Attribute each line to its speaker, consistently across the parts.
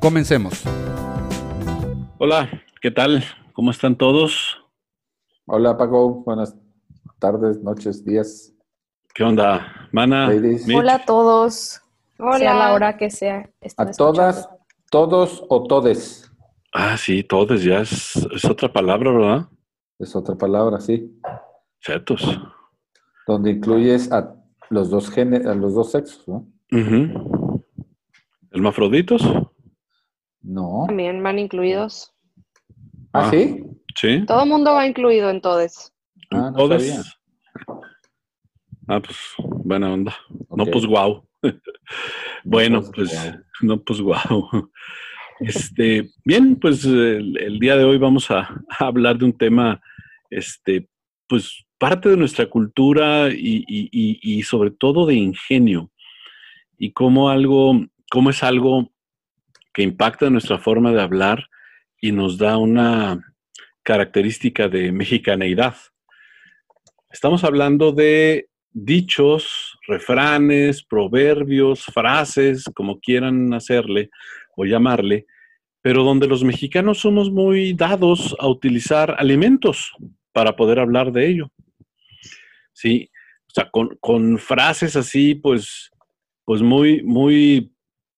Speaker 1: Comencemos.
Speaker 2: Hola, ¿qué tal? ¿Cómo están todos?
Speaker 3: Hola Paco, buenas tardes, noches, días.
Speaker 2: ¿Qué onda? Mana,
Speaker 3: Ladies.
Speaker 2: Mitch,
Speaker 4: Hola a todos. Sea la hora que sea. estén
Speaker 3: A todas,
Speaker 4: escuchando.
Speaker 3: todos o todes
Speaker 2: Ah, sí, todos ya es, es otra palabra, ¿verdad?
Speaker 3: es otra palabra, sí,
Speaker 2: Cetos.
Speaker 3: donde incluyes a los dos géneros, a los dos sexos, ¿no?
Speaker 2: Ujú. ¿Hermafroditos?
Speaker 3: No.
Speaker 4: También van incluidos.
Speaker 3: Ah, sí.
Speaker 2: Sí.
Speaker 4: Todo mundo va incluido en todos.
Speaker 3: Ah, no
Speaker 2: todos.
Speaker 3: sabía.
Speaker 2: Ah, pues, buena onda. No,
Speaker 3: Ok.
Speaker 2: pues, guau. bueno,
Speaker 3: pues,
Speaker 2: pues,
Speaker 3: guau.
Speaker 2: no, pues, guau. Este, bien, pues, el, el día de hoy vamos a, a hablar de un tema, este, pues, parte de nuestra cultura y, y- y- y sobre todo de ingenio. Y cómo algo, cómo es algo que impacta nuestra forma de hablar y nos da una característica de mexicaneidad. Estamos hablando de dichos, refranes, proverbios, frases, como quieran hacerle o llamarle, pero donde los mexicanos somos muy dados a utilizar alimentos para poder hablar de ello. Sí, o sea, con, con frases así, pues, pues muy, muy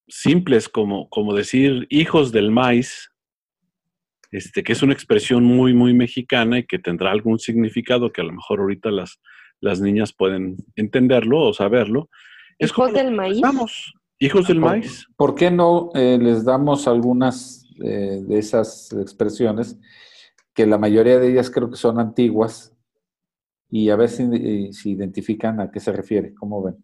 Speaker 2: simples, como, como decir hijos del maíz, este, que es una expresión muy, muy mexicana y que tendrá algún significado que a lo mejor ahorita las, las niñas pueden entenderlo o saberlo. Es como
Speaker 4: Hijos
Speaker 2: lo
Speaker 4: del maíz. Ah,
Speaker 2: expresamos, hijos del
Speaker 3: ¿Por-
Speaker 2: maíz.
Speaker 3: ¿Por qué no eh, les damos algunas eh, de esas expresiones que la mayoría de ellas creo que son antiguas y a ver si, eh, si identifican a qué se refiere? ¿Cómo ven?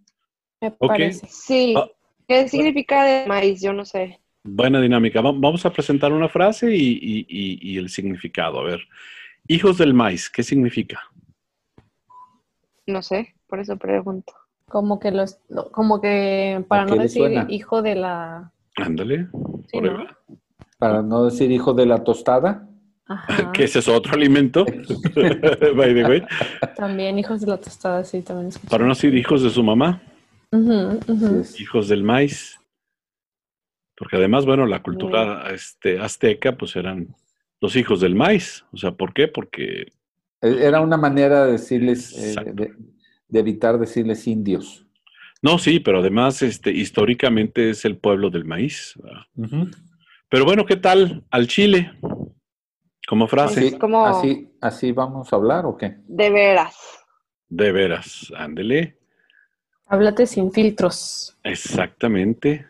Speaker 4: Me
Speaker 2: Ok.
Speaker 4: parece. Sí.
Speaker 2: Ah.
Speaker 4: ¿Qué significa de maíz? Yo no sé.
Speaker 2: Buena dinámica. Va- Vamos a presentar una frase y, y- y- y el significado. A ver, hijos del maíz, ¿qué significa?
Speaker 4: No sé. Por eso pregunto. Como que los.
Speaker 5: No, como que para
Speaker 3: ¿A
Speaker 5: no
Speaker 3: qué le
Speaker 5: decir
Speaker 3: suena?
Speaker 5: hijo de la
Speaker 2: Ándale. por ahí
Speaker 5: ¿no?
Speaker 2: va.
Speaker 3: Para no decir hijo de la tostada.
Speaker 5: ajá,
Speaker 2: Que ese es otro alimento. By the way.
Speaker 5: también hijos de la tostada sí también escuché.
Speaker 2: Para no decir hijos de su mamá,
Speaker 5: Ujú, ujú.
Speaker 3: Sí, es.
Speaker 2: hijos del maíz. Porque además, bueno, la cultura este, azteca, pues eran los hijos del maíz. O sea, ¿por qué? Porque
Speaker 3: Eh, Era una manera de decirles, eh,
Speaker 2: Exacto.
Speaker 3: de, de evitar decirles indios.
Speaker 2: No, sí, pero además, este, históricamente es el pueblo del maíz. ¿verdad? Pero bueno, ¿qué tal al Chile? Como frase,
Speaker 3: Así,
Speaker 4: Pues Como-
Speaker 3: así, así vamos a hablar o qué?
Speaker 4: De veras.
Speaker 2: de veras, ándele,
Speaker 5: Háblate sin filtros.
Speaker 2: exactamente.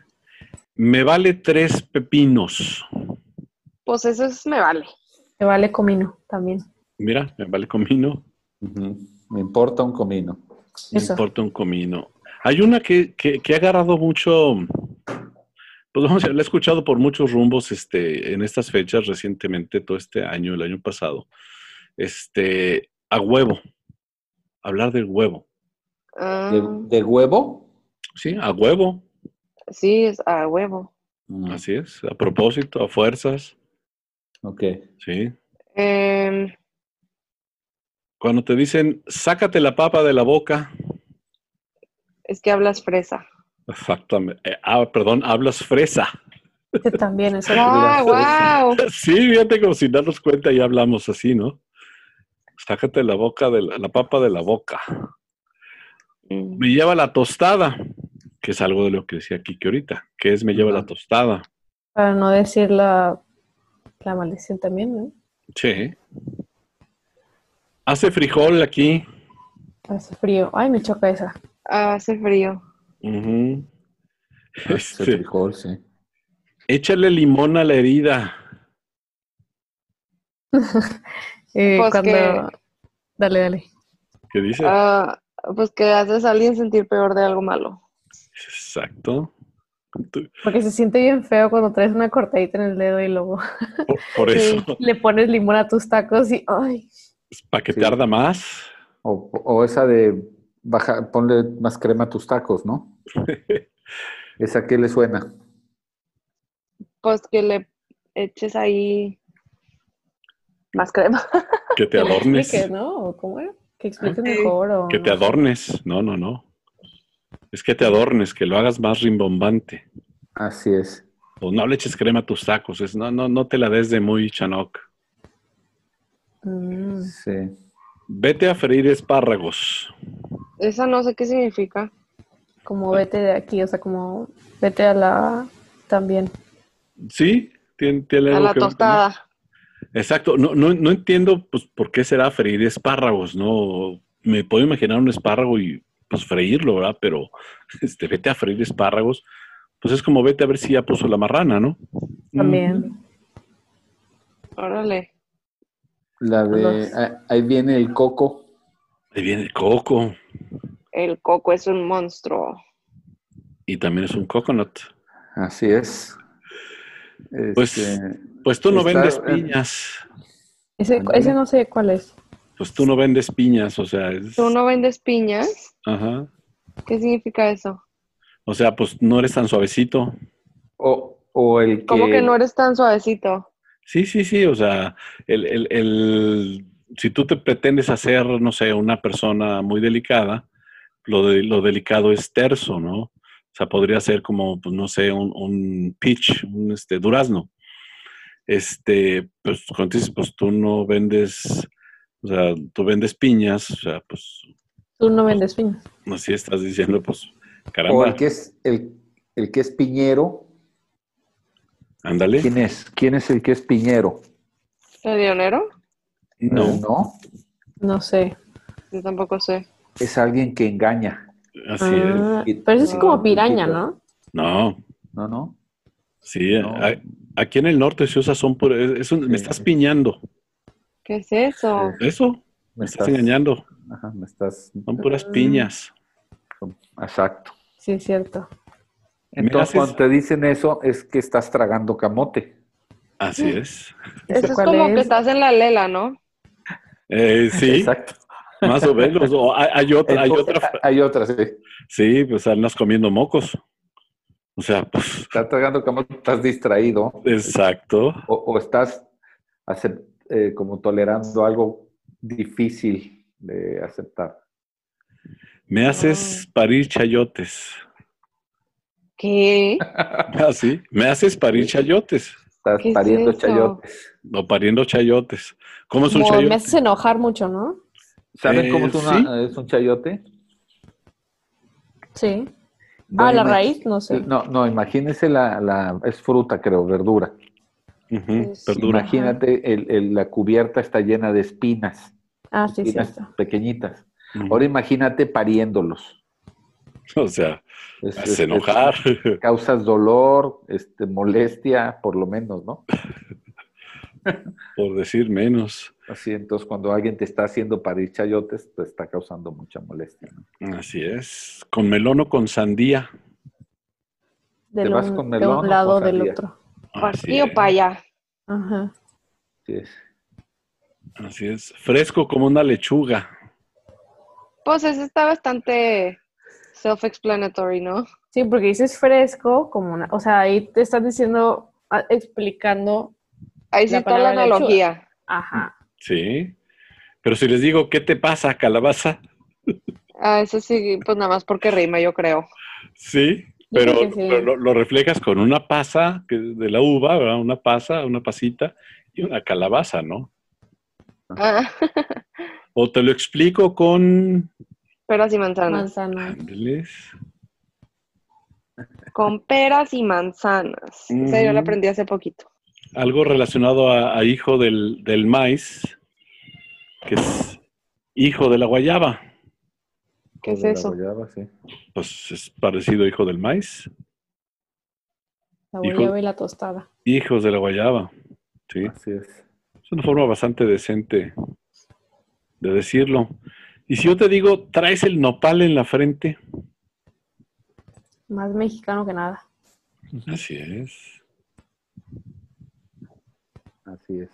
Speaker 2: Me vale tres pepinos.
Speaker 4: Pues eso es, me vale.
Speaker 5: Te vale comino también.
Speaker 2: Mira, me vale comino,
Speaker 3: Me importa un comino.
Speaker 2: me
Speaker 5: Eso.
Speaker 2: importa un comino. Hay una que, que- que ha agarrado mucho, pues vamos a decir, la he escuchado por muchos rumbos este, en estas fechas recientemente, todo este año, el año pasado. Este, a huevo, hablar del huevo.
Speaker 4: Ah,
Speaker 3: ¿De, de huevo?
Speaker 2: Sí, a huevo,
Speaker 4: sí, es a huevo.
Speaker 3: Mm,
Speaker 2: así es, a propósito, a fuerzas,
Speaker 3: Ok. Ah,
Speaker 2: sí.
Speaker 4: Em,
Speaker 2: Cuando te dicen, sácate la papa de la boca,
Speaker 4: es que hablas fresa.
Speaker 2: exactamente, eh, ah, perdón, hablas fresa.
Speaker 5: Que también eso.
Speaker 4: ¡Ah, wow!
Speaker 2: Sí, fíjate como sin darnos cuenta ya hablamos así, ¿no? Sácate la boca de la, la papa de la boca.
Speaker 4: Mm.
Speaker 2: Me lleva la tostada, que es algo de lo que decía Kiki ahorita, que es me lleva la
Speaker 3: Ajá.
Speaker 2: tostada.
Speaker 5: Para no decir la, la maldición también, ¿no?
Speaker 2: Sí. Hace frijol aquí.
Speaker 5: Hace frío. Ay, me choca esa.
Speaker 4: Ah, Hace frío.
Speaker 2: Ujú.
Speaker 3: Ese
Speaker 2: Este,
Speaker 3: frijol, sí.
Speaker 2: Échale limón a la herida.
Speaker 5: Eh,
Speaker 4: Pues
Speaker 5: cuando...
Speaker 4: que-
Speaker 5: Dale, dale.
Speaker 2: ¿Qué dice?
Speaker 3: Ah.
Speaker 4: Ah, pues que haces a alguien sentir peor de algo malo.
Speaker 2: Exacto. Tú-
Speaker 5: Porque se siente bien feo cuando traes una cortadita en el dedo y luego
Speaker 2: Por, por
Speaker 5: le,
Speaker 2: eso,
Speaker 5: le pones limón a tus tacos y ay,
Speaker 2: para que
Speaker 3: Sí.
Speaker 2: tarda más.
Speaker 3: O, o esa de baja, ponle más crema a tus tacos, ¿no? ¿Esa qué le suena?
Speaker 4: Pues que le eches ahí más crema.
Speaker 2: Que te
Speaker 5: que lo
Speaker 2: adornes.
Speaker 5: expliques, ¿no? ¿O ¿Cómo era? Que expliques
Speaker 4: Sí.
Speaker 5: mejor o
Speaker 2: Que te
Speaker 5: no sé.
Speaker 2: adornes. No, no, no. Es que te adornes, que lo hagas más rimbombante.
Speaker 3: Así es.
Speaker 2: O no le eches crema a tus tacos. Es, no, no, no te la des de muy chanoc.
Speaker 5: Mm.
Speaker 3: Sí.
Speaker 2: Vete a freír espárragos.
Speaker 4: Esa no sé qué significa.
Speaker 5: como vete de aquí, o sea, como vete a la también.
Speaker 2: Sí, tiene, tiene
Speaker 4: A
Speaker 2: algo
Speaker 4: la
Speaker 2: que ver con-
Speaker 4: tostada.
Speaker 2: Exacto, no, no, no entiendo pues por qué será freír espárragos, ¿no? Me puedo imaginar un espárrago y pues freírlo, ¿verdad? Pero este, vete a freír espárragos, pues es como vete a ver si ya puso la marrana, ¿no?
Speaker 5: También.
Speaker 4: Órale.
Speaker 3: La de.
Speaker 5: Los-
Speaker 3: ah, Ahí viene el coco.
Speaker 2: Ahí viene el coco
Speaker 4: El coco es un monstruo.
Speaker 2: y también es un coconut.
Speaker 3: Así es.
Speaker 2: Pues,
Speaker 3: Este,
Speaker 2: Pues tú no
Speaker 3: Está-
Speaker 2: vendes piñas,
Speaker 5: Ese,
Speaker 3: Ándale.
Speaker 5: ese no sé cuál es.
Speaker 2: pues tú no vendes piñas, o sea, es-
Speaker 4: ¿Tú no vendes piñas?
Speaker 2: Ajá.
Speaker 4: ¿Qué significa eso?
Speaker 2: O sea, pues no eres tan suavecito.
Speaker 3: o, o el que.
Speaker 4: ¿Cómo que no eres tan suavecito?
Speaker 2: Sí, sí, sí, o sea, el, el, el- si tú te pretendes hacer, no sé, una persona muy delicada, lo, de, lo delicado es terso, ¿no? O sea, podría ser como, pues, no sé, un, un peach, un este, durazno. Este, pues, cuando dices, pues tú no vendes, o sea, tú vendes piñas, o sea, pues,
Speaker 5: Tú no vendes piñas.
Speaker 2: así estás diciendo, pues,
Speaker 3: O
Speaker 2: caramba,
Speaker 3: el que es el, el que es piñero.
Speaker 2: ándale.
Speaker 3: ¿Quién es? ¿Quién es el que es piñero?
Speaker 4: ¿El leonero?
Speaker 3: Eh,
Speaker 2: No,
Speaker 3: ¿No?
Speaker 5: No sé.
Speaker 4: Yo tampoco sé.
Speaker 3: Es alguien que engaña.
Speaker 2: así es.
Speaker 5: Ah, Pero eso es como
Speaker 3: No,
Speaker 5: piraña,
Speaker 3: poquito.
Speaker 5: ¿no?
Speaker 2: No,
Speaker 3: No, no.
Speaker 2: sí,
Speaker 3: No.
Speaker 2: a- aquí en el norte se usa son, por, es, es un- me
Speaker 3: Sí.
Speaker 2: estás piñando.
Speaker 4: ¿Qué es eso?
Speaker 2: Eso, me estás engañando.
Speaker 3: Ajá, me estás.
Speaker 2: Son puras piñas.
Speaker 3: Exacto.
Speaker 5: Sí, es cierto.
Speaker 3: Entonces,
Speaker 2: haces-
Speaker 3: cuando te dicen eso, es que estás tragando camote.
Speaker 2: Así es.
Speaker 5: ¿Ese
Speaker 4: Eso es
Speaker 5: cuál
Speaker 4: como
Speaker 5: es?
Speaker 4: que estás en la lela, ¿no?
Speaker 2: Eh, sí,
Speaker 3: Exacto.
Speaker 2: más o menos. O hay, hay otra, hay
Speaker 3: Entonces, ah,
Speaker 2: otra. fra-
Speaker 3: Hay otra, sí.
Speaker 2: Sí, pues andas comiendo mocos. O sea, pues,
Speaker 3: Estás tragando camote, estás distraído.
Speaker 2: exacto.
Speaker 3: O, o estás acep- eh, como tolerando algo difícil de aceptar.
Speaker 2: Me haces
Speaker 5: Ah.
Speaker 2: parir chayotes.
Speaker 4: ¿Qué?
Speaker 2: Ah, Así, me haces parir chayotes.
Speaker 3: Estás
Speaker 4: ¿Qué es
Speaker 3: pariendo
Speaker 4: eso?
Speaker 3: chayotes.
Speaker 2: O pariendo chayotes. ¿Cómo es un
Speaker 5: Como me
Speaker 2: chayote?
Speaker 5: haces enojar mucho, ¿no?
Speaker 3: ¿Saben
Speaker 2: Eh,
Speaker 3: cómo es, una- es un chayote?
Speaker 5: Ah, Sí.
Speaker 3: No,
Speaker 5: ah, la
Speaker 3: ima-
Speaker 5: raíz, no sé.
Speaker 3: No, no, imagínense la, la- es fruta, creo, verdura.
Speaker 2: Ujú,
Speaker 5: Sí,
Speaker 2: verdura.
Speaker 5: imagi-
Speaker 3: Imagínate, el- el- la cubierta está llena de espinas,
Speaker 5: Ah, sí, es
Speaker 3: espinas
Speaker 5: cierto.
Speaker 3: pequeñitas.
Speaker 2: Ujú.
Speaker 3: Ahora imagínate pariéndolos.
Speaker 2: O sea,
Speaker 3: Es-
Speaker 2: me
Speaker 3: es-
Speaker 2: haces enojar.
Speaker 3: es- causas dolor, este, molestia, por lo menos, ¿no?
Speaker 2: Por decir menos.
Speaker 3: Así, entonces cuando alguien te está haciendo parir chayotes, te está causando mucha molestia. ¿no?
Speaker 2: Así es. Con melón o con sandía.
Speaker 5: Del
Speaker 3: ¿Te vas
Speaker 5: un-
Speaker 3: con
Speaker 5: de
Speaker 3: melón o
Speaker 5: un
Speaker 3: con
Speaker 5: lado del
Speaker 3: sandía?
Speaker 5: otro.
Speaker 4: ¿Para
Speaker 2: Así
Speaker 4: aquí o
Speaker 2: es.
Speaker 4: para allá?
Speaker 5: Ajá.
Speaker 3: Así es.
Speaker 2: Así es, fresco como una lechuga.
Speaker 4: Pues eso está bastante self-explanatory, ¿no?
Speaker 5: Sí, porque dices fresco, como una, o sea, ahí te están diciendo, ah, explicando,
Speaker 4: Ahí sí
Speaker 5: La
Speaker 4: está la
Speaker 5: palabra lechuga.
Speaker 4: analogía.
Speaker 5: ajá.
Speaker 2: Sí. Pero si les digo, ¿qué te pasa, calabaza?
Speaker 4: Ah, eso sí, pues nada más porque rima, yo creo.
Speaker 2: Sí,
Speaker 5: Yo
Speaker 2: pero,
Speaker 5: creo que sí.
Speaker 2: pero lo, lo reflejas con una pasa que- de la uva, ¿verdad? Una pasa, una pasita y una calabaza, ¿no?
Speaker 4: Ah,
Speaker 2: O te lo explico con...
Speaker 4: peras y manzanas.
Speaker 5: Manzana.
Speaker 2: ándeles.
Speaker 4: Con peras y manzanas. Esa yo
Speaker 2: Ujú.
Speaker 4: la aprendí hace poquito.
Speaker 2: Algo relacionado a, a hijo del, del maíz, que es hijo de la guayaba.
Speaker 4: ¿Qué es
Speaker 3: de la
Speaker 4: eso?
Speaker 3: guayaba, sí.
Speaker 2: Pues es parecido a hijo del maíz.
Speaker 5: La
Speaker 2: Hijo-
Speaker 5: guayaba y la tostada.
Speaker 2: Hijos de la guayaba. Sí.
Speaker 3: Así es.
Speaker 2: Es una forma bastante decente de decirlo. Y si yo te digo, traes el nopal en la frente,
Speaker 5: Más mexicano que nada.
Speaker 2: Así es.
Speaker 1: Así es.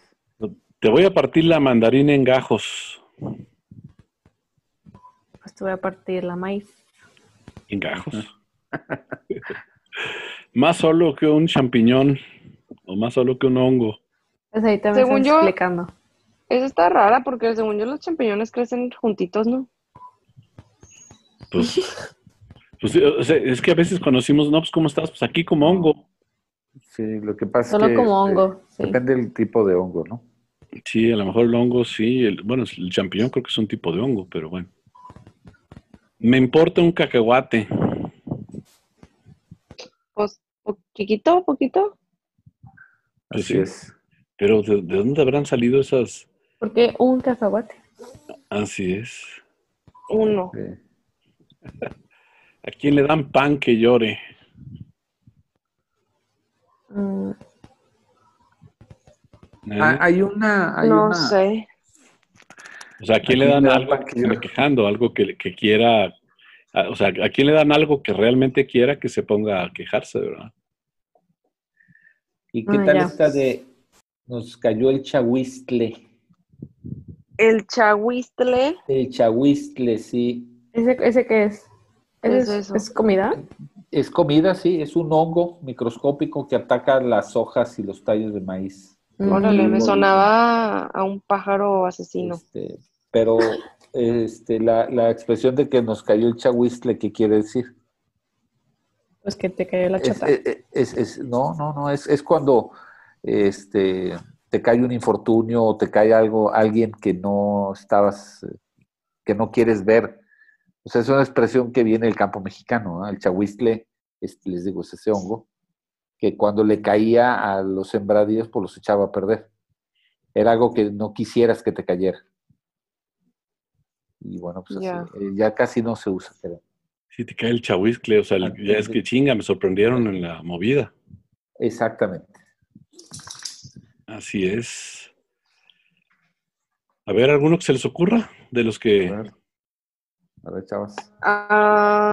Speaker 2: Te voy a partir la mandarina en gajos.
Speaker 5: Pues te voy a partir la maíz.
Speaker 2: En gajos. más solo que un champiñón o más solo que un hongo.
Speaker 5: Pues ahí también
Speaker 4: Según
Speaker 5: estás
Speaker 4: yo-
Speaker 5: explicando.
Speaker 4: Eso está rara porque según yo los champiñones crecen juntitos, ¿no?
Speaker 2: Pues, pues, o sea, es que a veces conocimos, no, pues ¿cómo estás? Pues aquí como hongo.
Speaker 1: Sí, lo que pasa
Speaker 5: Solo
Speaker 1: es que
Speaker 5: como
Speaker 1: eh,
Speaker 5: hongo, sí.
Speaker 1: depende del tipo de hongo, ¿no?
Speaker 2: Sí, a lo mejor el hongo, sí. el- bueno, el champiñón creo que es un tipo de hongo, pero bueno. Me importa un cacahuate.
Speaker 4: Pues po- chiquito, poquito.
Speaker 2: Pues
Speaker 1: Así
Speaker 2: sí,
Speaker 1: es.
Speaker 2: Pero ¿de, de dónde habrán salido esas?
Speaker 5: Porque un cacahuate.
Speaker 2: Así es.
Speaker 4: Uno.
Speaker 3: eh,
Speaker 1: sí.
Speaker 2: ¿A quién le dan pan que llore?
Speaker 5: Mm,
Speaker 2: ¿Eh?
Speaker 1: Ah, hay una, hay
Speaker 4: no
Speaker 1: una-
Speaker 4: sé.
Speaker 2: O sea, ¿a quién
Speaker 1: ¿a quién
Speaker 2: le dan
Speaker 1: le dan
Speaker 2: algo
Speaker 1: pan
Speaker 2: que
Speaker 1: que
Speaker 2: se ande
Speaker 1: llore?
Speaker 2: quejando? Algo que, que quiera. a- O sea, ¿a quién le dan algo que realmente quiera que se ponga a quejarse, verdad?
Speaker 3: ¿Y qué
Speaker 5: Ah,
Speaker 3: tal
Speaker 5: ya.
Speaker 3: esta de nos cayó el chahuistle?
Speaker 4: El chahuistle.
Speaker 3: El chahuistle, sí.
Speaker 5: ¿Ese, ese qué es? ¿Ese
Speaker 4: ¿Qué es
Speaker 5: es,
Speaker 4: eso?
Speaker 5: es comida?
Speaker 3: Es comida, sí, es un hongo microscópico que ataca las hojas y los tallos de maíz.
Speaker 4: Órale,
Speaker 5: Mm,
Speaker 4: me
Speaker 3: Ujú.
Speaker 4: sonaba a un pájaro asesino.
Speaker 3: Este, pero este, la, la expresión de que nos cayó el chahuistle, ¿qué quiere decir?
Speaker 5: Pues que te cayó la
Speaker 3: Es,
Speaker 5: chota.
Speaker 3: es- es- es- no, no, no, es, es cuando este, te cae un infortunio o te cae algo, alguien que no estabas, eh, que no quieres ver. O sea, es una expresión que viene del campo mexicano, ¿no? el chahuistle, este, les digo, es ese hongo, que cuando le caía a los sembradíos, pues los echaba a perder. Era algo que no quisieras que te cayera. Y bueno, pues así,
Speaker 4: Ya.
Speaker 3: eh, ya casi no se usa, creo.
Speaker 2: Si te cae el chahuiscle, o sea, el- ya es que chinga, me sorprendieron en la movida.
Speaker 3: Exactamente.
Speaker 2: Así es. A ver, ¿alguno que se les ocurra? De los que.
Speaker 3: A ver, a ver, chavas.
Speaker 4: Ah,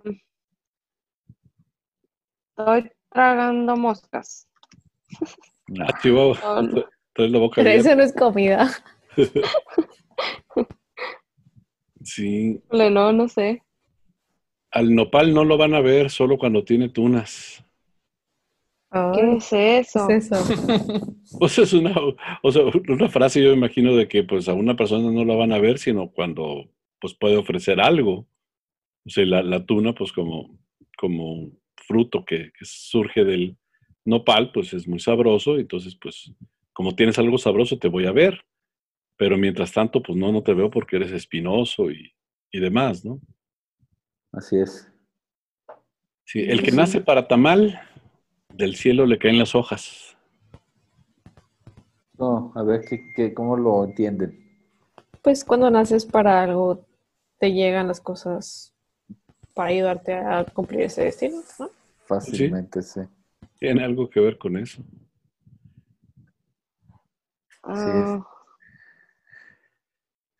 Speaker 4: estoy tragando moscas.
Speaker 2: Ah, Chihuahua,
Speaker 4: No, no.
Speaker 2: traes la boca
Speaker 5: Pero
Speaker 2: abierta.
Speaker 5: eso no es comida.
Speaker 2: Sí.
Speaker 4: Híjole, No, no sé.
Speaker 2: Al nopal no lo van a ver solo cuando tiene tunas.
Speaker 4: ¿Qué es eso?
Speaker 5: ¿Qué es eso?
Speaker 2: O sea, es una, o sea, una frase, yo imagino, de que pues a una persona no la van a ver, sino cuando pues puede ofrecer algo. O sea, la, la tuna, pues como, como un fruto que, que surge del nopal, pues es muy sabroso. y Entonces, pues, como tienes algo sabroso, te voy a ver. Pero mientras tanto, pues no, no te veo porque eres espinoso y, y demás, ¿no?
Speaker 3: Así es.
Speaker 2: Sí, el que nace para tamal, del cielo le caen las hojas.
Speaker 3: No, a ver que, cómo lo entienden.
Speaker 5: Pues cuando naces para algo, te llegan las cosas para ayudarte a cumplir ese destino, ¿no?
Speaker 3: Fácilmente, sí.
Speaker 2: Tiene algo que ver con eso.
Speaker 4: Ah,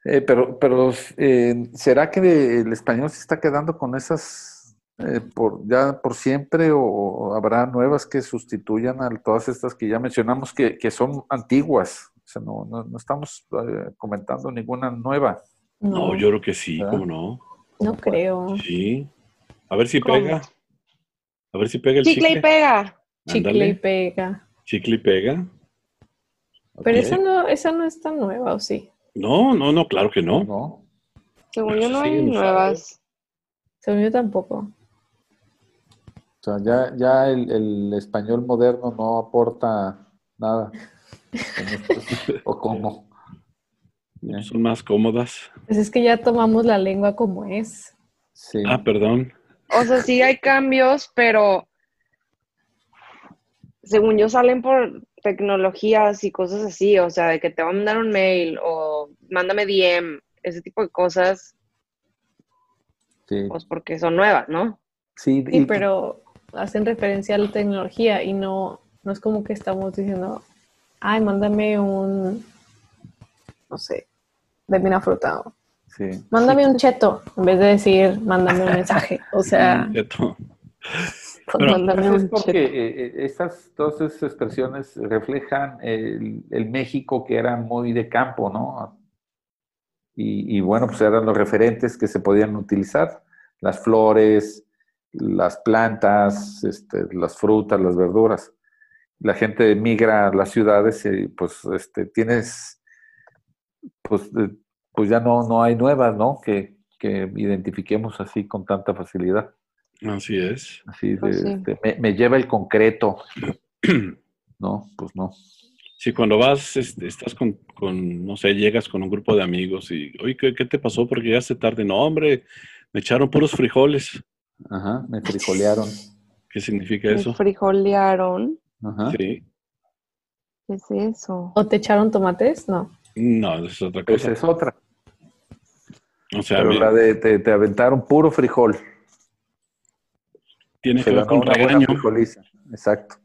Speaker 3: Eh, pero, pero eh, ¿será que el español se está quedando con esas eh, por, ya por siempre o, o habrá nuevas que sustituyan a todas estas que ya mencionamos que, que son antiguas? O sea, no, no, no estamos eh, comentando ninguna nueva.
Speaker 2: No, yo creo que sí,
Speaker 3: ¿Verdad?
Speaker 2: ¿cómo no?
Speaker 5: no creo.
Speaker 2: Sí. A ver si
Speaker 4: ¿Cómo?
Speaker 2: pega. A ver si pega el chicle.
Speaker 4: chicle y pega.
Speaker 5: Chicle y
Speaker 2: Ándale,
Speaker 5: pega.
Speaker 2: chicle y pega.
Speaker 5: Pero
Speaker 2: Ok.
Speaker 5: esa no, esa no es tan nueva, ¿o sí?
Speaker 2: No, no, no, claro que no.
Speaker 3: ¿no?
Speaker 4: Según
Speaker 2: Eso
Speaker 4: yo no
Speaker 2: sí,
Speaker 4: hay
Speaker 2: no sabe.
Speaker 4: nuevas.
Speaker 5: Según yo tampoco.
Speaker 3: O sea, ya, ya el, el español moderno no aporta nada. En estos- ¿O cómo? ¿Eh?
Speaker 2: No, Son más cómodas.
Speaker 5: Pues es que ya tomamos la lengua como es.
Speaker 3: Sí.
Speaker 2: Ah, perdón.
Speaker 4: O sea, sí hay cambios, pero según yo salen por tecnologías y cosas así, o sea, de que te va a mandar un mail o mándame DM, ese tipo de cosas,
Speaker 3: Sí,
Speaker 4: pues porque son nuevas, ¿no?
Speaker 3: sí,
Speaker 5: Sí,
Speaker 3: y-
Speaker 5: pero hacen referencia a la tecnología y no, no es como que estamos diciendo, ay, mándame un, no sé, dame una fruta. o
Speaker 3: sí. Mm.
Speaker 5: Mándame un cheto, en vez de decir, mándame un mensaje. O sea,
Speaker 2: Cheto.
Speaker 5: con
Speaker 2: Pero-
Speaker 5: mandarme
Speaker 3: Pues es
Speaker 5: un
Speaker 3: porque
Speaker 5: cheque.
Speaker 3: eh, eh, esas, todas esas expresiones reflejan el, el México que era muy de campo, ¿no? Y, y bueno, pues eran los referentes que se podían utilizar, las flores, las plantas, este, las frutas, las verduras. La gente migra a las ciudades y pues este, tienes, pues, eh, pues ya no, no hay nuevas, ¿no? Que, que identifiquemos así con tanta facilidad.
Speaker 2: Así es.
Speaker 3: Así de,
Speaker 4: Pues sí.
Speaker 3: este, me, me lleva el concreto. No, pues no.
Speaker 2: Sí, cuando vas, este, estás con, con, no sé, llegas con un grupo de amigos y, oye, ¿qué, qué te pasó? Porque llegaste tarde. No, hombre, me echaron puros frijoles.
Speaker 3: Ajá, me frijolearon.
Speaker 2: ¿Qué significa
Speaker 4: Me
Speaker 2: eso?
Speaker 4: frijolearon.
Speaker 3: Ajá.
Speaker 2: Sí.
Speaker 4: ¿Qué es eso?
Speaker 5: ¿O te echaron tomates? No.
Speaker 2: No, es otra
Speaker 3: Esa
Speaker 2: cosa.
Speaker 3: Pues es otra.
Speaker 2: O sea,
Speaker 3: Pero
Speaker 2: bien,
Speaker 3: la de te, te aventaron puro frijol.
Speaker 2: tiene
Speaker 3: Se
Speaker 2: que ver
Speaker 3: ganó
Speaker 2: con
Speaker 3: una buena
Speaker 2: regaño.
Speaker 3: frijoliza. Exacto.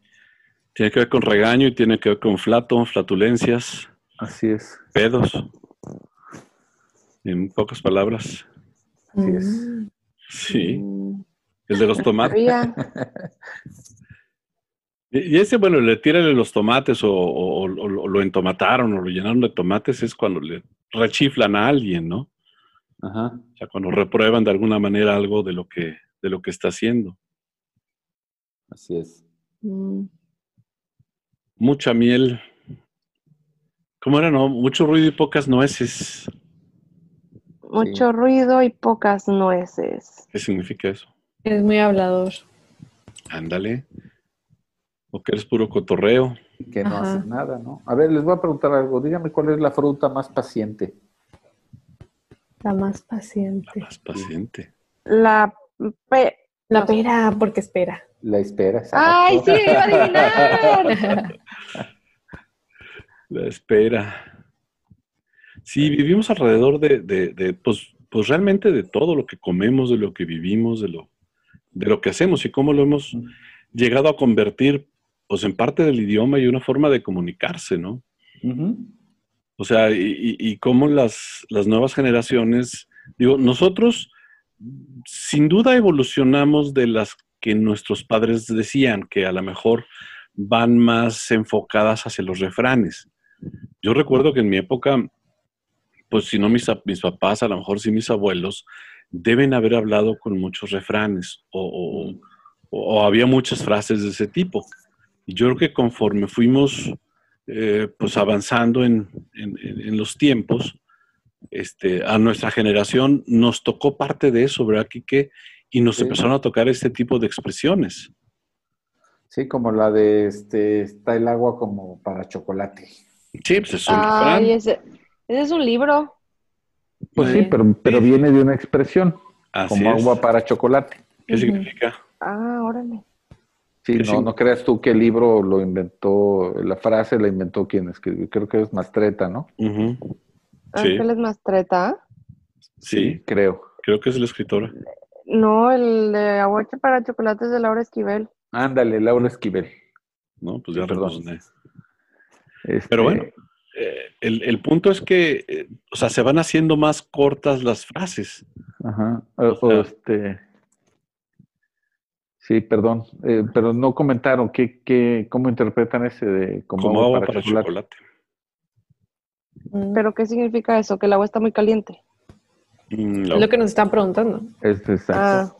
Speaker 2: Tiene que ver con regaño y tiene que ver con flato, flatulencias,
Speaker 3: Así es.
Speaker 2: pedos. En pocas palabras.
Speaker 3: Así es.
Speaker 4: Mm,
Speaker 2: Sí.
Speaker 4: mm,
Speaker 2: El de los tomates.
Speaker 4: sabía.
Speaker 2: Y y ese, bueno, le tírale los tomates o, o- o- o lo entomataron o lo llenaron de tomates es cuando le rechiflan a alguien, ¿no?
Speaker 4: Mm.
Speaker 3: Ajá.
Speaker 2: O sea, cuando reprueban de alguna manera algo de lo que, de lo que está haciendo.
Speaker 3: Así es.
Speaker 4: Mm,
Speaker 2: Mucha miel. ¿Cómo era, no? Mucho ruido y pocas nueces.
Speaker 4: Mucho ruido y pocas nueces.
Speaker 2: ¿Qué significa eso?
Speaker 5: Es muy hablador.
Speaker 2: Ándale. O que eres puro cotorreo.
Speaker 3: Y Que no
Speaker 5: Ajá.
Speaker 3: hacen nada, ¿no? A ver, les voy a preguntar algo. Díganme cuál es la fruta más paciente.
Speaker 5: La más paciente.
Speaker 2: Más paciente.
Speaker 4: La pe-
Speaker 5: La pera, porque espera.
Speaker 3: La espera. exacto.
Speaker 4: ¡Ay, sí, iba a adivinar!
Speaker 2: La espera. Sí, vivimos alrededor de, de- de, pues, pues realmente de todo lo que comemos, de lo que vivimos, de lo, de lo que hacemos y cómo lo hemos llegado a convertir, pues en parte del idioma y una forma de comunicarse, ¿no?
Speaker 3: Ujú.
Speaker 2: O sea, y, y- y cómo las, las nuevas generaciones, digo, nosotros mm, sin duda evolucionamos de las que nuestros padres decían, que a lo mejor van más enfocadas hacia los refranes. Yo recuerdo que en mi época, pues si no mis, a- mis papás, a lo mejor sí mis abuelos, deben haber hablado con muchos refranes o- o- o- o había muchas frases de ese tipo. Y yo creo que conforme fuimos eh, pues avanzando en, en- en- en los tiempos, este, a nuestra generación nos tocó parte de eso, ¿verdad, Quique? Y nos
Speaker 3: Sí.
Speaker 2: empezaron a tocar este tipo de expresiones.
Speaker 3: Sí, como la de este, está el agua como para chocolate.
Speaker 2: Sí, pues es un
Speaker 4: Ay,
Speaker 2: refrán.
Speaker 4: ese, ese es un libro.
Speaker 3: Pues
Speaker 5: Sí.
Speaker 3: sí, pero, pero viene de una expresión,
Speaker 2: Así
Speaker 3: como
Speaker 2: es.
Speaker 3: agua para chocolate.
Speaker 2: ¿Qué significa?
Speaker 4: Ah, órale.
Speaker 3: Sí,
Speaker 2: Que
Speaker 3: no,
Speaker 2: sí.
Speaker 3: no creas tú que el libro lo inventó, la frase la inventó quien escribió, creo que es Mastreta, ¿no?
Speaker 2: Ujú. Sí,
Speaker 4: Ángeles Mastreta.
Speaker 2: sí,
Speaker 3: Creo.
Speaker 2: creo que es la escritora.
Speaker 4: No, el de Aguache para Chocolates de Laura Esquivel.
Speaker 3: Ándale, Laura Esquivel.
Speaker 2: No, pues ya
Speaker 3: Sí, perdón.
Speaker 2: rebuzné.
Speaker 3: Este,
Speaker 2: Pero bueno. Eh, el, el punto es que, eh, o sea, se van haciendo más cortas las frases.
Speaker 3: Ajá. o-
Speaker 2: O sea-
Speaker 3: o este, sí, perdón, eh, pero no comentaron qué, qué, cómo interpretan ese de como,
Speaker 2: Como
Speaker 3: agua
Speaker 2: agua
Speaker 3: para,
Speaker 2: para
Speaker 3: chocolate.
Speaker 2: chocolate.
Speaker 5: Mm,
Speaker 4: ¿Pero qué significa eso? Que el agua está muy caliente.
Speaker 2: Mm, la-
Speaker 5: es lo que nos están preguntando.
Speaker 3: Es exacto.
Speaker 4: Ah.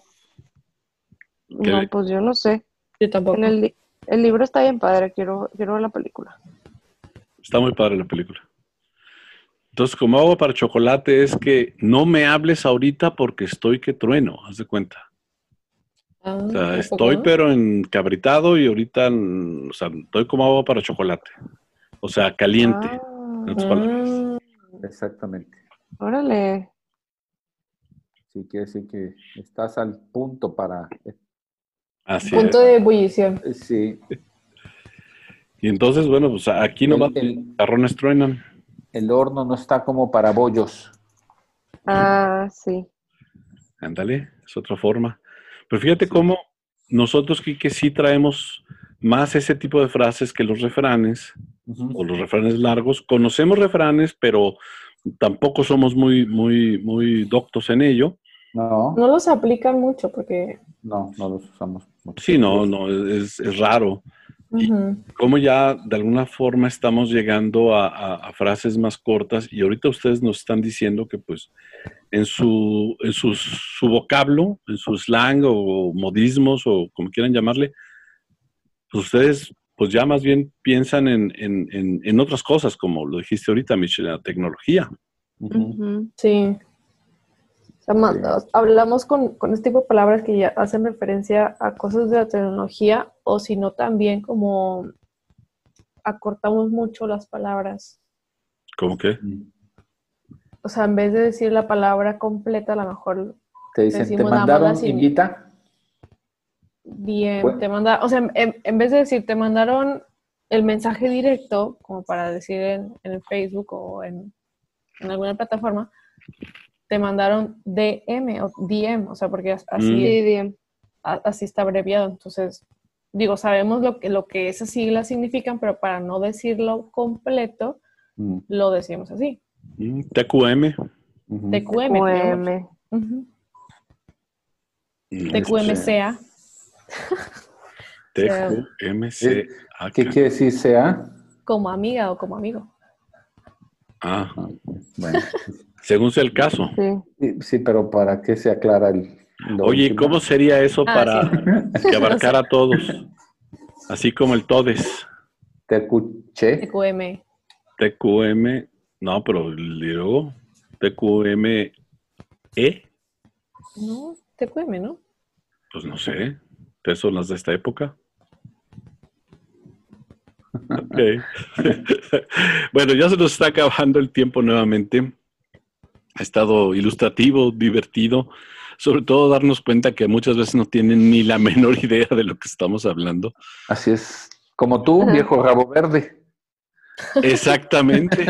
Speaker 4: No,
Speaker 2: Que-
Speaker 4: pues yo no sé.
Speaker 5: Yo tampoco.
Speaker 4: En el, li- el libro está bien padre, quiero, quiero ver la película.
Speaker 2: Está muy padre la película. Entonces, como hago para chocolate, es que no me hables ahorita porque estoy que trueno, haz de cuenta.
Speaker 5: Ah,
Speaker 2: O sea,
Speaker 5: tampoco,
Speaker 2: estoy
Speaker 5: ¿no?
Speaker 2: pero encabritado y ahorita, mm, o sea, estoy como agua para chocolate. O sea, caliente. en
Speaker 4: Ah, mm,
Speaker 2: otras palabras.
Speaker 5: Ah,
Speaker 3: Exactamente.
Speaker 4: órale.
Speaker 3: Sí, quiere decir que estás al punto para.
Speaker 2: Así es.
Speaker 5: punto de ebullición.
Speaker 3: eh, Sí,
Speaker 2: Y entonces, bueno, pues aquí no
Speaker 3: El-
Speaker 2: van
Speaker 3: el-
Speaker 2: carrones truenan.
Speaker 3: el horno no está como para bollos.
Speaker 4: Ah, sí.
Speaker 2: Ándale, es otra forma. Pero fíjate cómo nosotros, Quique, sí traemos más ese tipo de frases que los refranes.
Speaker 3: Ujú.
Speaker 2: o los refranes largos. Conocemos refranes, pero tampoco somos muy, muy, muy doctos en ello.
Speaker 3: No,
Speaker 5: No los aplican mucho porque
Speaker 3: no, no los usamos.
Speaker 2: Sí, no, no, es, es raro. Y-
Speaker 5: Ujú.
Speaker 2: Como ya de alguna forma estamos llegando a, a- a frases más cortas y ahorita ustedes nos están diciendo que pues en su, en su, su vocablo, en su slang o modismos o como quieran llamarle, pues ustedes pues ya más bien piensan en, en- en- en otras cosas, como lo dijiste ahorita, Michelle, la tecnología.
Speaker 4: Ujú.
Speaker 5: Sí. O sea, ma- hablamos con, con este tipo de palabras que ya hacen referencia a cosas de la tecnología o si no también como acortamos mucho las palabras.
Speaker 2: ¿Cómo que?
Speaker 5: O sea, en vez de decir la palabra completa, a lo mejor
Speaker 3: Te dicen, ¿te
Speaker 5: Decimos nada más
Speaker 3: mandaron
Speaker 5: así.
Speaker 3: invita?
Speaker 5: bien
Speaker 3: Bueno.
Speaker 5: te manda, o sea, en, en vez de decir te mandaron el mensaje directo, como para decir en, en el Facebook o en, en alguna plataforma, te mandaron DM o DM, o sea, porque as- así
Speaker 2: Mm.
Speaker 4: Sí, bien.
Speaker 5: a- así está abreviado. Entonces, digo, sabemos lo que, lo que esas siglas significan, pero para no decirlo completo,
Speaker 3: Mm,
Speaker 5: lo decimos así.
Speaker 2: Mm, TQM.
Speaker 3: ujú.
Speaker 5: TQM. digamos.
Speaker 4: QM.
Speaker 5: Ujú.
Speaker 2: Mm,
Speaker 3: Este,
Speaker 5: TQMCA.
Speaker 2: TQMC.
Speaker 3: Eh, ¿Qué quiere decir sea?
Speaker 5: Como amiga o como amigo.
Speaker 2: Ah,
Speaker 3: Bueno,
Speaker 2: según sea el caso.
Speaker 4: Sí.
Speaker 3: sí, sí, pero ¿para qué se aclara el... lo
Speaker 2: Oye,
Speaker 3: último?
Speaker 2: ¿cómo sería eso
Speaker 5: Ah,
Speaker 2: para que abarcara a todos? Así como el TODES,
Speaker 3: Te escuché.
Speaker 5: TQM.
Speaker 2: TQM, no, pero luego TQME, E,
Speaker 5: No, TQM, ¿no?
Speaker 2: pues no sé, ¿ustedes son las de esta época? Ok. bueno, ya se nos está acabando el tiempo nuevamente. Ha estado ilustrativo, divertido, sobre todo darnos cuenta que muchas veces no tienen ni la menor idea de lo que estamos hablando.
Speaker 3: Así es. Como tú, viejo rabo verde.
Speaker 2: Exactamente.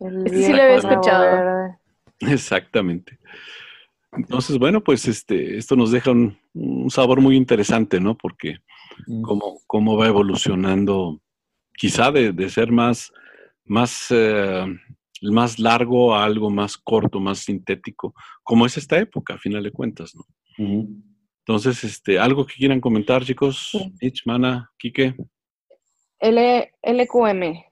Speaker 4: El
Speaker 5: Ese sí lo había
Speaker 4: viejo rabo
Speaker 5: escuchado.
Speaker 4: verde.
Speaker 2: Exactamente. Entonces, bueno, pues este, esto nos deja un, un sabor muy interesante, ¿no? Porque cómo, cómo va evolucionando, quizá de, de ser más, más, eh, más largo a algo más corto, más sintético, como es esta época, a final de cuentas, ¿no?
Speaker 3: Ujú.
Speaker 2: Entonces, este, algo que quieran comentar, chicos, Mitch, Mana, Quique,
Speaker 4: L, LQM.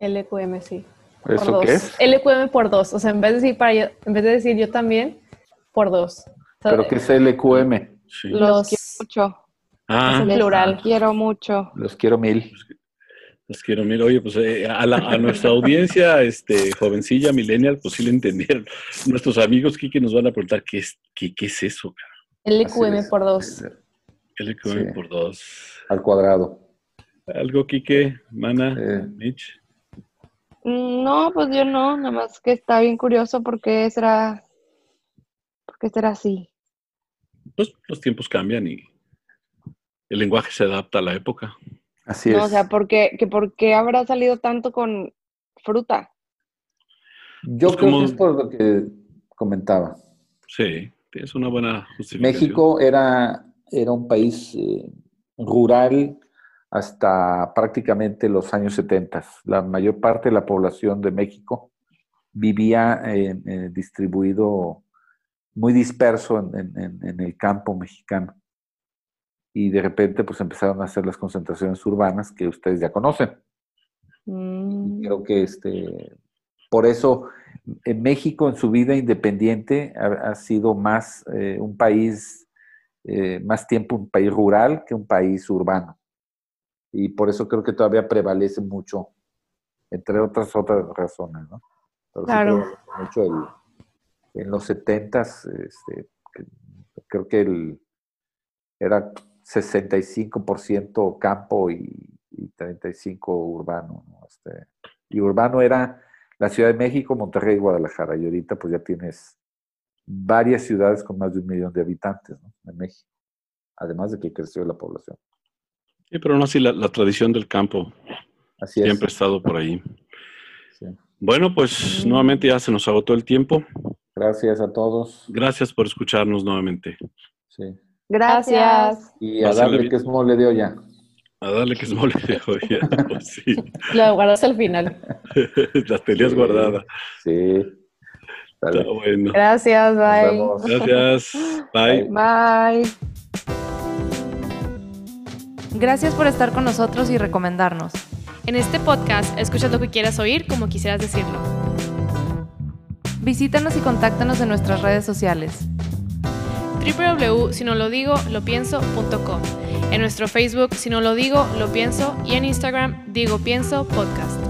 Speaker 5: LQM, sí. Por
Speaker 3: ¿Eso
Speaker 5: dos.
Speaker 3: qué es?
Speaker 5: LQM por dos. O sea, en vez de decir, para yo, en vez de decir yo también, por dos. O sea,
Speaker 3: ¿Pero qué es LQM?
Speaker 2: sí.
Speaker 5: los,
Speaker 4: Mucho.
Speaker 2: Ah,
Speaker 5: En plural.
Speaker 4: Quiero mucho.
Speaker 3: Los quiero mil.
Speaker 2: Los quiero, mira, oye, pues eh, a, la- a nuestra audiencia, este, jovencilla, millennial, pues sí le entendieron. Nuestros amigos, Kiki, nos van a preguntar, ¿qué es, qué, qué es eso? cara?
Speaker 3: Así
Speaker 5: LQM
Speaker 3: es.
Speaker 5: por dos.
Speaker 2: ¿Qué le comen
Speaker 3: Sí.
Speaker 2: por dos?
Speaker 3: Al cuadrado.
Speaker 2: ¿Algo, Kike, Mana,
Speaker 3: Eh.
Speaker 2: Mitch?
Speaker 4: Mm, No, pues yo no, nada más que está bien curioso porque será, porque será así.
Speaker 2: Pues los tiempos cambian y el lenguaje se adapta a la época.
Speaker 3: Así
Speaker 4: No,
Speaker 3: es.
Speaker 4: o sea, porque, que por qué habrá salido tanto con fruta.
Speaker 3: Yo
Speaker 2: pues
Speaker 3: creo
Speaker 2: como-
Speaker 3: que es por lo que comentaba.
Speaker 2: Sí, es una buena justificación.
Speaker 3: México era, era un país eh, rural hasta prácticamente los años 70. La mayor parte de la población de México vivía eh, eh, distribuido, muy disperso en, en- en- en el campo mexicano. Y de repente pues empezaron a hacer las concentraciones urbanas que ustedes ya conocen.
Speaker 4: Mm.
Speaker 3: Y Creo que este, por eso en México en su vida independiente ha, ha sido más eh, un país, eh, más tiempo un país rural que un país urbano. Y por eso creo que todavía prevalece mucho, entre otras otras razones, ¿no? Pero sí
Speaker 5: Claro.
Speaker 3: prevalece mucho el- en los setentas, este, que- creo que el, era 65% campo y, y 35% urbano. ¿no? Este, y urbano era la Ciudad de México, Monterrey y Guadalajara. Y ahorita pues ya tienes varias ciudades con más de un millón de habitantes ¿no? en México. Además de que creció la población.
Speaker 2: Sí, pero no así la, la tradición del campo
Speaker 3: Así es.
Speaker 2: siempre ha estado por ahí.
Speaker 3: Sí.
Speaker 2: Bueno, pues
Speaker 3: Mm.
Speaker 2: nuevamente ya se nos agotó el tiempo.
Speaker 3: Gracias a todos.
Speaker 2: Gracias por escucharnos nuevamente.
Speaker 3: Sí.
Speaker 4: Gracias.
Speaker 3: Y a
Speaker 2: Pásenla
Speaker 3: darle
Speaker 2: bien.
Speaker 3: que es mole de olla.
Speaker 2: A darle Ah, que es mole de olla, pues sí,
Speaker 5: Lo guardas al final.
Speaker 2: las tenías
Speaker 3: Sí.
Speaker 2: guardada.
Speaker 3: Sí. Dale.
Speaker 2: Está bueno.
Speaker 5: Gracias,
Speaker 3: Nos
Speaker 5: bye.
Speaker 3: vemos.
Speaker 2: Gracias. Bye.
Speaker 4: Bye.
Speaker 6: Gracias por estar con nosotros y recomendarnos.
Speaker 7: En este podcast escuchas lo que quieras oír como quisieras decirlo.
Speaker 6: Visítanos y contáctanos en nuestras redes sociales.
Speaker 7: www.sinolodigolopienso.com En nuestro Facebook Si No Lo Digo, Lo Pienso y en Instagram Digo Pienso Podcast.